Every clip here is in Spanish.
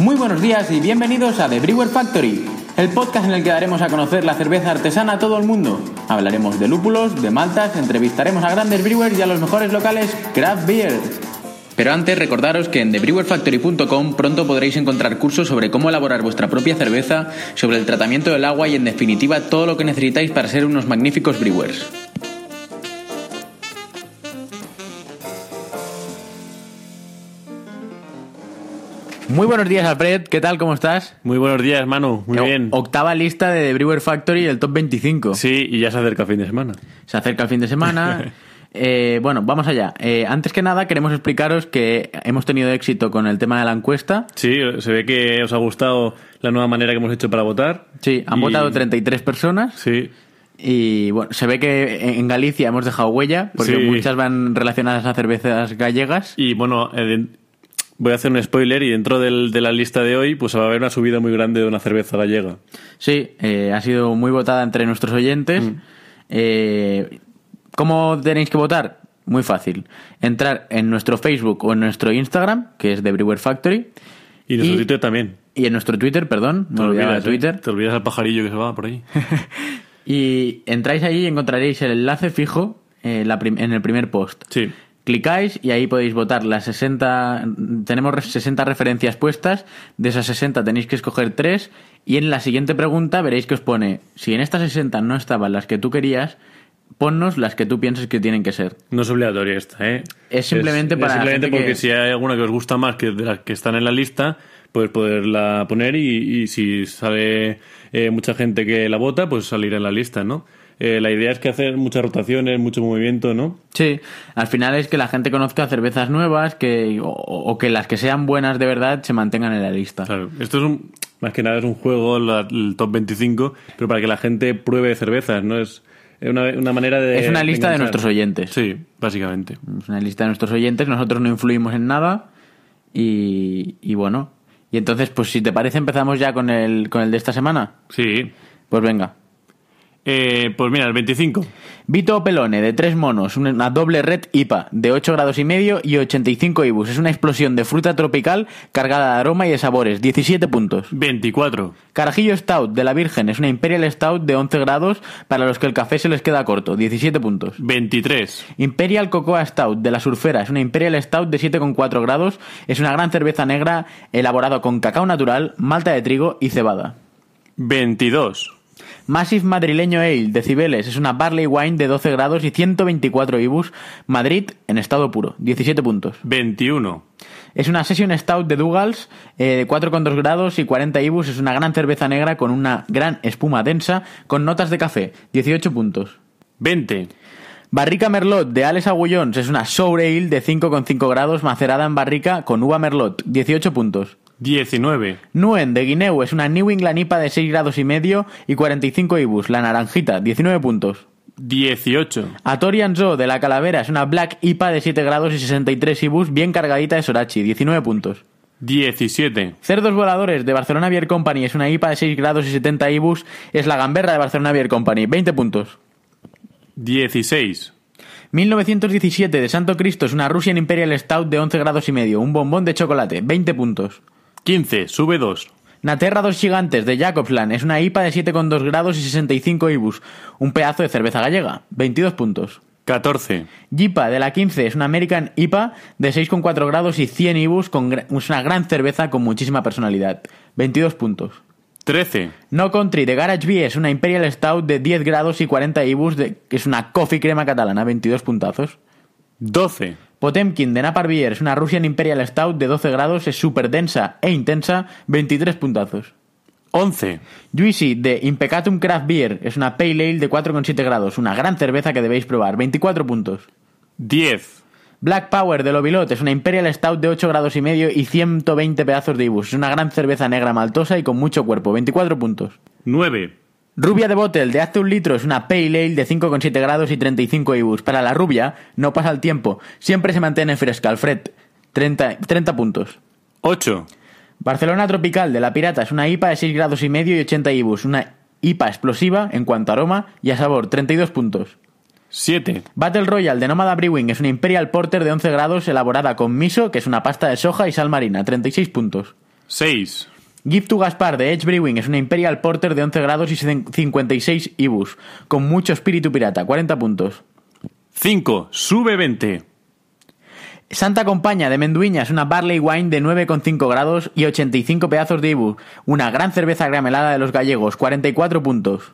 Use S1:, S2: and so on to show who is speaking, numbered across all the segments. S1: Muy buenos días y bienvenidos a The Brewer Factory, el podcast en el que daremos a conocer la cerveza artesana a todo el mundo. Hablaremos de lúpulos, de maltas, entrevistaremos a grandes brewers y a los mejores locales craft beer. Pero antes recordaros que en thebrewerfactory.com pronto podréis encontrar cursos sobre cómo elaborar vuestra propia cerveza, sobre el tratamiento del agua y en definitiva todo lo que necesitáis para ser unos magníficos brewers. Muy buenos días, Alfred. ¿Qué tal? ¿Cómo estás?
S2: Muy buenos días, Manu. Muy
S1: O-
S2: bien.
S1: Octava lista de The Brewer Factory, el top 25.
S2: Sí, y ya se acerca el fin de semana.
S1: Se acerca el fin de semana. Eh, bueno, vamos allá. Eh, antes que nada, queremos explicaros que hemos tenido éxito con el tema de la encuesta.
S2: Sí, se ve que os ha gustado la nueva manera que hemos hecho para votar.
S1: Sí, han
S2: Y-
S1: votado 33 personas
S2: Sí,
S1: y bueno, se ve que en Galicia hemos dejado huella porque
S2: Sí.
S1: muchas van relacionadas a cervezas gallegas.
S2: y bueno, eh, de- voy a hacer un spoiler y dentro del- de la lista de hoy pues va a haber una subida muy grande de una cerveza gallega.
S1: Sí, eh, ha sido muy votada entre nuestros oyentes.
S2: Mm.
S1: Eh, ¿Cómo tenéis que votar? Muy fácil. Entrar en nuestro Facebook o en nuestro Instagram, que es The Brewer Factory,
S2: Y nuestro
S1: Y-
S2: sitio también.
S1: y en nuestro Twitter, perdón, me olvidaba de
S2: eh.
S1: Twitter.
S2: Te olvidas al pajarillo que se va por ahí.
S1: Y entráis ahí y encontraréis el enlace fijo eh, la prim- en el primer post.
S2: Sí.
S1: Clicáis y ahí podéis votar las 60. Tenemos re- 60 referencias puestas. De esas 60 tenéis que escoger 3. Y en la siguiente pregunta veréis que os pone: si en estas 60 no estaban las que tú querías, ponnos las que tú piensas que tienen que ser.
S2: No es obligatoria esta, ¿eh?
S1: Es simplemente para la
S2: simplemente
S1: gente
S2: porque
S1: que-
S2: si hay alguna que os gusta más que de las que están en la lista, pues poderla poner y, y si sale eh, mucha gente que la vota, pues salir en la lista, ¿no? Eh, la idea es que hacer muchas rotaciones, mucho movimiento, ¿no?
S1: Sí, al final es que la gente conozca cervezas nuevas que, o, o que las que sean buenas de verdad se mantengan en la lista.
S2: Claro, esto es un, más que nada es un juego, la- el top 25, pero para que la gente pruebe cervezas, ¿no? Es una, una manera de...
S1: Es una lista de nuestros oyentes.
S2: Sí, básicamente.
S1: Es Pues una lista de nuestros oyentes, nosotros no influimos en nada y, y bueno. Y entonces, pues si te parece, empezamos ya con el, con el de esta semana.
S2: Sí.
S1: Pues venga.
S2: Eh, pues mira, el 25.
S1: Vito Pelone, de tres monos, una- una doble red IPA, de 8 grados y medio y 85 IBUs. Es una explosión de fruta tropical cargada de aroma y de sabores, 17 puntos.
S2: 24.
S1: Carajillo Stout, de la Virgen, es una Imperial Stout de 11 grados para los que el café se les queda corto, 17 puntos.
S2: 23.
S1: Imperial Cocoa Stout de la Surfera es una Imperial Stout de 7,4 grados. Es una gran cerveza negra elaborada con cacao natural, malta de trigo y cebada.
S2: 22.
S1: Massive Madrileño Ale de Cibeles es una Barley Wine de 12 grados y 124 IBUs, Madrid en estado puro, 17 puntos.
S2: 21,
S1: Es una Session Stout de Dougals eh, de 4,2 grados y 40 IBUs. Es una gran cerveza negra con una gran espuma densa con notas de café, 18 puntos.
S2: 20,
S1: Barrica Merlot de Alex Agullons es una Sour Ale de 5,5 grados macerada en barrica con uva Merlot, 18 puntos.
S2: 19,
S1: Nuen de Guineu es una New England IPA de 6 grados y medio y 45 IBUs, la naranjita, 19 puntos.
S2: 18,
S1: Atorian Zoo de la Calavera es una Black IPA de 7 grados y 63 IBUs bien cargadita de Sorachi, 19 puntos.
S2: 17.
S1: Cerdos Voladores de Barcelona Beer Company es una IPA de 6 grados y 70 IBUs. Es la gamberra de Barcelona Beer Company. 20 puntos.
S2: 16.
S1: 1917 de Santo Cristo es una Russian Imperial Stout de 11 grados y medio. Un bombón de chocolate. 20 puntos.
S2: 15. Sube 2.
S1: Naterra dos gigantes de Jacobsland es una IPA de 7,2 grados y 65 IBUs. Un pedazo de cerveza gallega. 22 puntos.
S2: 14.
S1: Jipa de la 15 es una American IPA de 6,4 grados y 100 IBUs. Con gra- es una gran cerveza con muchísima personalidad. 22 puntos.
S2: 13.
S1: No Country de Garage Beer es una Imperial Stout de 10 grados y 40 IBUs. de- que es una coffee crema catalana. 22 puntazos.
S2: 12.
S1: Potemkin de Napar Beer es una Russian Imperial Stout de 12 grados. Es súper densa e intensa. 23 puntazos.
S2: 11.
S1: Juicy de Impecatum Craft Beer es una pale ale de 4,7 grados, una gran cerveza que debéis probar, 24 puntos.
S2: 10.
S1: Black Power de Lobilot es una Imperial Stout de 8 grados y medio y 120 pedazos de ibus. Es una gran cerveza negra maltosa y con mucho cuerpo, 24 puntos.
S2: 9.
S1: Rubia de Bottle de hace un litro es una pale ale de 5,7 grados y 35 ibus. Para la rubia no pasa el tiempo, siempre se mantiene fresca, Alfred. 30, 30 puntos.
S2: 8.
S1: Barcelona Tropical de la Pirata es una IPA de 6 grados y medio y 80 IBUs, una IPA explosiva en cuanto a aroma y a sabor, 32 puntos.
S2: 7.
S1: Battle Royale de Nómada Brewing es una Imperial Porter de 11 grados elaborada con miso, que es una pasta de soja y sal marina, 36 puntos.
S2: 6.
S1: Gift to Gaspar de Edge Brewing es una Imperial Porter de 11 grados y 56 IBUs, con mucho espíritu pirata, 40 puntos.
S2: 5. Sube 20.
S1: Santa Compaña de Menduiña es una Barley Wine de 9,5 grados y 85 pedazos de Ibu. Una gran cerveza gramelada de los gallegos, 44 puntos.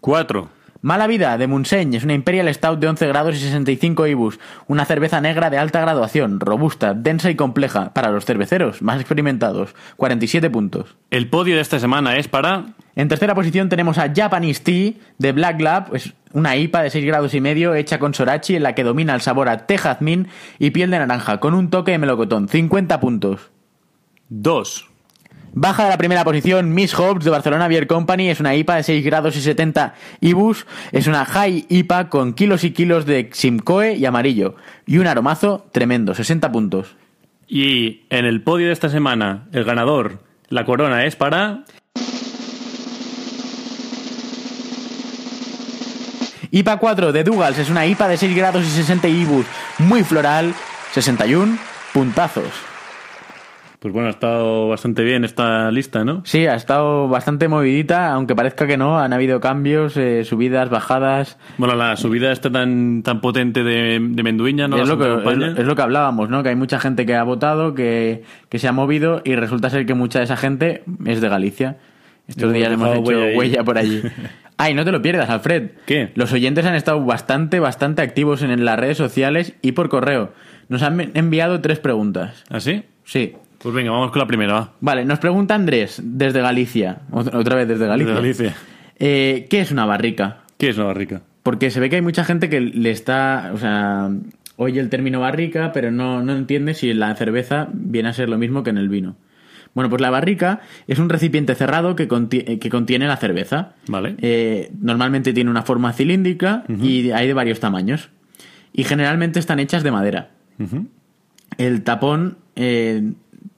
S2: 4.
S1: Mala Vida de Munseny es una Imperial Stout de 11 grados y 65 Ibus. Una cerveza negra de alta graduación, robusta, densa y compleja para los cerveceros más experimentados, 47 puntos.
S2: El podio de esta semana es para
S1: En tercera posición tenemos a Japanese Tea de Black Lab, es una IPA de 6 grados y medio hecha con sorachi en la que domina el sabor a té jazmín y piel de naranja con un toque de melocotón, 50 puntos.
S2: 2.
S1: Baja de la primera posición Miss Hobbs de Barcelona Beer Company, es una IPA de 6 grados y 70 IBUs, es una high IPA con kilos y kilos de Simcoe y amarillo y un aromazo tremendo, 60 puntos.
S2: Y en el podio de esta semana, el ganador, la corona es para
S1: IPA 4 de Dugals es una IPA de 6 grados y 60 IBUs, muy floral, 61 puntazos.
S2: Pues bueno, ha estado bastante bien esta lista, ¿no?
S1: Sí, ha estado bastante movidita, aunque parezca que no, han habido cambios, eh, subidas, bajadas,
S2: Bueno, la subida esta tan, tan potente de, de Menduiña, ¿no?
S1: es,
S2: La
S1: lo que,
S2: Santa
S1: es,
S2: Compañía.
S1: lo- es lo que hablábamos, ¿no? Que hay mucha gente que ha votado, que, que se ha movido y resulta ser que mucha de esa gente es de Galicia. Estos
S2: Hemos
S1: días hemos hecho
S2: dejado
S1: huella,
S2: huella ahí.
S1: por allí. Ay, no te lo pierdas, Alfred.
S2: ¿Qué?
S1: Los oyentes han estado bastante, bastante activos en, en las redes sociales y por correo. Nos han enviado tres preguntas.
S2: ¿Ah, sí?
S1: Sí.
S2: Pues venga, vamos con la primera, va.
S1: Vale, nos pregunta Andrés, desde Galicia. Ot- Otra vez desde Galicia.
S2: Desde Galicia.
S1: Eh, ¿Qué es una barrica?
S2: ¿Qué es Navarrica?
S1: Porque se ve que hay mucha gente que le está, o sea, oye el término barrica, pero no, no entiende si en la cerveza viene a ser lo mismo que en el vino. Bueno, pues la barrica es un recipiente cerrado que, conti- eh, que contiene la cerveza.
S2: Vale.
S1: Eh, normalmente tiene una forma cilíndrica y hay de varios tamaños. Y generalmente están hechas de madera. El tapón eh,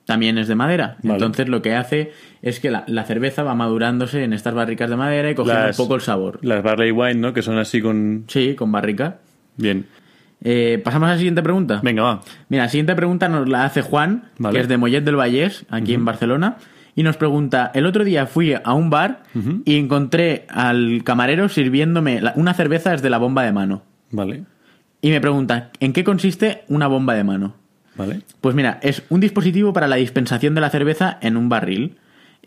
S1: también es de madera.
S2: Vale.
S1: Entonces lo que hace es que la, la cerveza va madurándose en estas barricas de madera y cogiendo
S2: Las-
S1: un poco el sabor.
S2: Las Barley Wine, ¿no? Que son así con...
S1: Sí, con barrica.
S2: Bien.
S1: Eh, Pasamos a la siguiente pregunta.
S2: Venga, va.
S1: Mira, la siguiente pregunta nos la hace Juan,
S2: Vale.
S1: que es de Mollet del Vallés, aquí en Barcelona, y nos pregunta, el otro día fui a un bar y encontré al camarero sirviéndome la- una cerveza desde la bomba de mano.
S2: Vale.
S1: Y me pregunta, ¿en qué consiste una bomba de mano?
S2: Vale.
S1: Pues mira, es un dispositivo para la dispensación de la cerveza en un barril.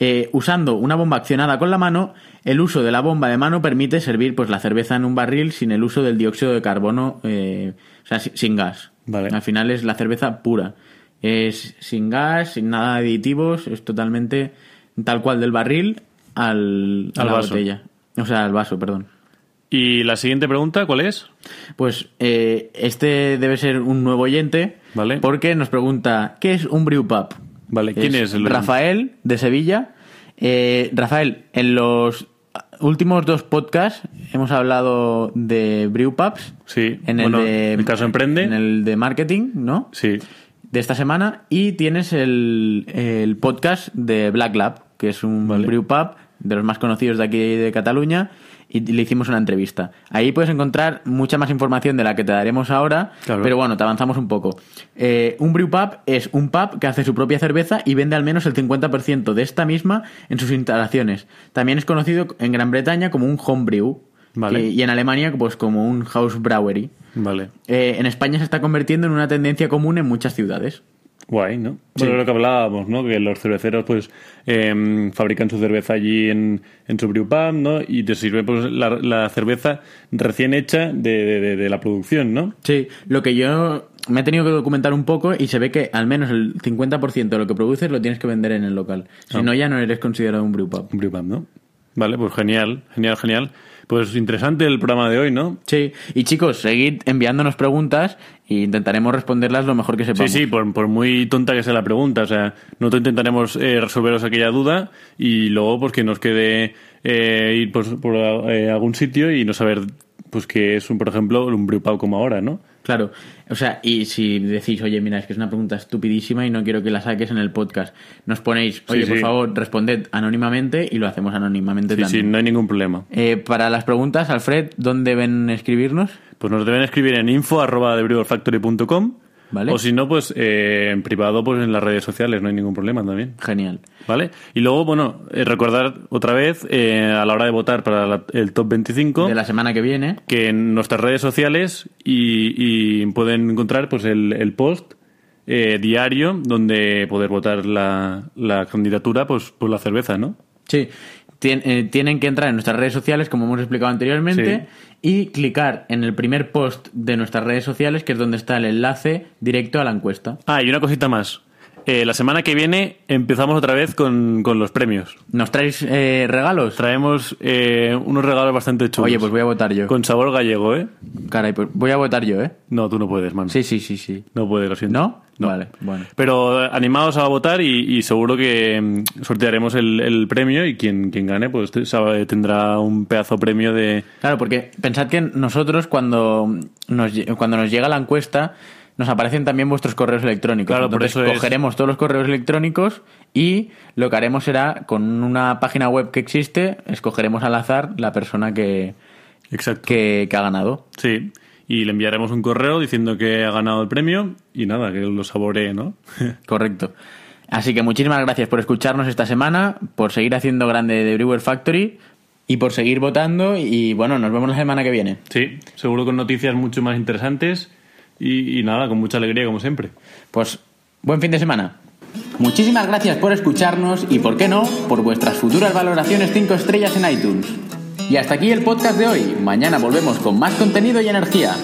S1: Eh, usando una bomba accionada con la mano, el uso de la bomba de mano permite servir pues, la cerveza en un barril sin el uso del dióxido de carbono, eh, o sea, si- sin gas.
S2: Vale.
S1: Al final es la cerveza pura. Es sin gas, sin nada de aditivos, es totalmente tal cual del barril al, a
S2: Al
S1: la
S2: vaso.
S1: botella. O sea, al vaso, perdón.
S2: ¿Y la siguiente pregunta cuál es?
S1: Pues eh, este debe ser un nuevo oyente.
S2: Vale.
S1: Porque nos pregunta, ¿qué es un brew pub?
S2: Vale, ¿quién es el oyente?
S1: Rafael, de Sevilla. Eh, Rafael, en los últimos dos podcasts hemos hablado de brew pubs.
S2: Sí.
S1: En el
S2: bueno,
S1: de...
S2: el caso Emprende.
S1: En el de marketing, ¿no?
S2: Sí.
S1: de esta semana y tienes el, el podcast de Black Lab, que es un brew pub de los más conocidos de aquí de Cataluña y le hicimos una entrevista. Ahí puedes encontrar mucha más información de la que te daremos ahora,
S2: Claro.
S1: pero bueno, te avanzamos un poco. Eh, un brew pub es un pub que hace su propia cerveza y vende al menos el 50% de esta misma en sus instalaciones. También es conocido en Gran Bretaña como un homebrew
S2: Vale.
S1: que- y en Alemania pues como un house brewery.
S2: Vale.
S1: Eh, en España se está convirtiendo en una tendencia común en muchas ciudades.
S2: Guay, ¿no? Bueno, lo que hablábamos, ¿no? Que los cerveceros, pues, em, fabrican su cerveza allí en, en su brew pub, ¿no? Y te sirve, pues, la, la cerveza recién hecha de, de- de- de la producción, ¿no?
S1: Sí, lo que yo me he tenido que documentar un poco y se ve que al menos el 50% de lo que produces lo tienes que vender en el local. Si
S2: Ah.
S1: no, ya no eres considerado un brewpub.
S2: Un brew pub, ¿no? Vale, pues genial, genial, genial. Pues interesante el programa de hoy, ¿no?
S1: Sí, y chicos, seguid enviándonos preguntas e intentaremos responderlas lo mejor que
S2: Sí,
S1: sepamos.
S2: sí, por, por muy tonta que sea la pregunta. O sea, nosotros intentaremos eh, resolveros aquella duda y luego pues que nos quede eh, ir pues, por eh, algún sitio y no saber pues que es, un, por ejemplo, un brewpub como ahora, ¿no?
S1: Claro, o sea, y si decís, oye, mira, es que es una pregunta estupidísima y no quiero que la saques en el podcast, nos ponéis, oye, por
S2: sí.
S1: favor, responded anónimamente y lo hacemos anónimamente
S2: Sí, sí,
S1: también.
S2: no hay ningún problema.
S1: Eh, para las preguntas, Alfred, ¿dónde deben escribirnos?
S2: Pues nos deben escribir en info arroba thebrewerfactory.com
S1: Vale.
S2: o si no, pues eh, en privado, pues en las redes sociales, no hay ningún problema también.
S1: Genial.
S2: ¿Vale? Y luego, bueno, eh, recordar otra vez eh, a la hora de votar para la- el top 25
S1: De la semana que viene.
S2: que en nuestras redes sociales y, y pueden encontrar pues el, el post eh, diario donde poder votar la, la candidatura pues por la cerveza, ¿no?
S1: Sí, Tien- eh, tienen que entrar en nuestras redes sociales, como hemos explicado anteriormente, y clicar en el primer post de nuestras redes sociales, que es donde está el enlace directo a la encuesta.
S2: Ah, y una cosita más. Eh, la semana que viene empezamos otra vez con, con los premios.
S1: ¿Nos traéis eh, regalos?
S2: Traemos eh, unos regalos bastante chulos.
S1: Oye, pues voy a votar yo.
S2: Con sabor gallego, ¿eh?
S1: Caray, pues voy a votar yo, ¿eh?
S2: No, tú no puedes, man.
S1: Sí, sí, sí, sí.
S2: No puedes, lo siento.
S1: ¿No? Vale, bueno.
S2: Pero eh, animaos a votar y, y seguro que mm, sortearemos el, el premio y quien, quien gane pues te- sabe- tendrá un pedazo premio de...
S1: Claro, porque pensad que nosotros cuando nos, lle- cuando nos llega la encuesta nos aparecen también vuestros correos electrónicos.
S2: Claro, por
S1: Entonces
S2: eso es-
S1: cogeremos todos los correos electrónicos y lo que haremos será con una página web que existe, escogeremos al azar la persona que,
S2: Exacto.
S1: que, que ha ganado.
S2: Sí. Y le enviaremos un correo diciendo que ha ganado el premio y nada, que lo saboree, ¿no?
S1: Correcto. Así que muchísimas gracias por escucharnos esta semana, por seguir haciendo grande de Brewer Factory y por seguir votando. Y bueno, nos vemos la semana que viene.
S2: sí, seguro con noticias mucho más interesantes y, y nada, con mucha alegría como siempre.
S1: Pues buen fin de semana. Muchísimas gracias por escucharnos y, por qué no, por vuestras futuras valoraciones 5 estrellas en iTunes. Y hasta aquí el podcast de hoy. Mañana volvemos con más contenido y energía.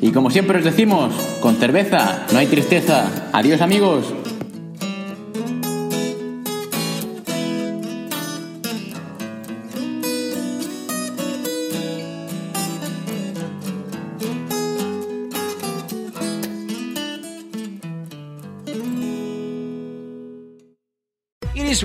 S1: Y como siempre os decimos, con cerveza no hay tristeza. Adiós amigos.
S3: It is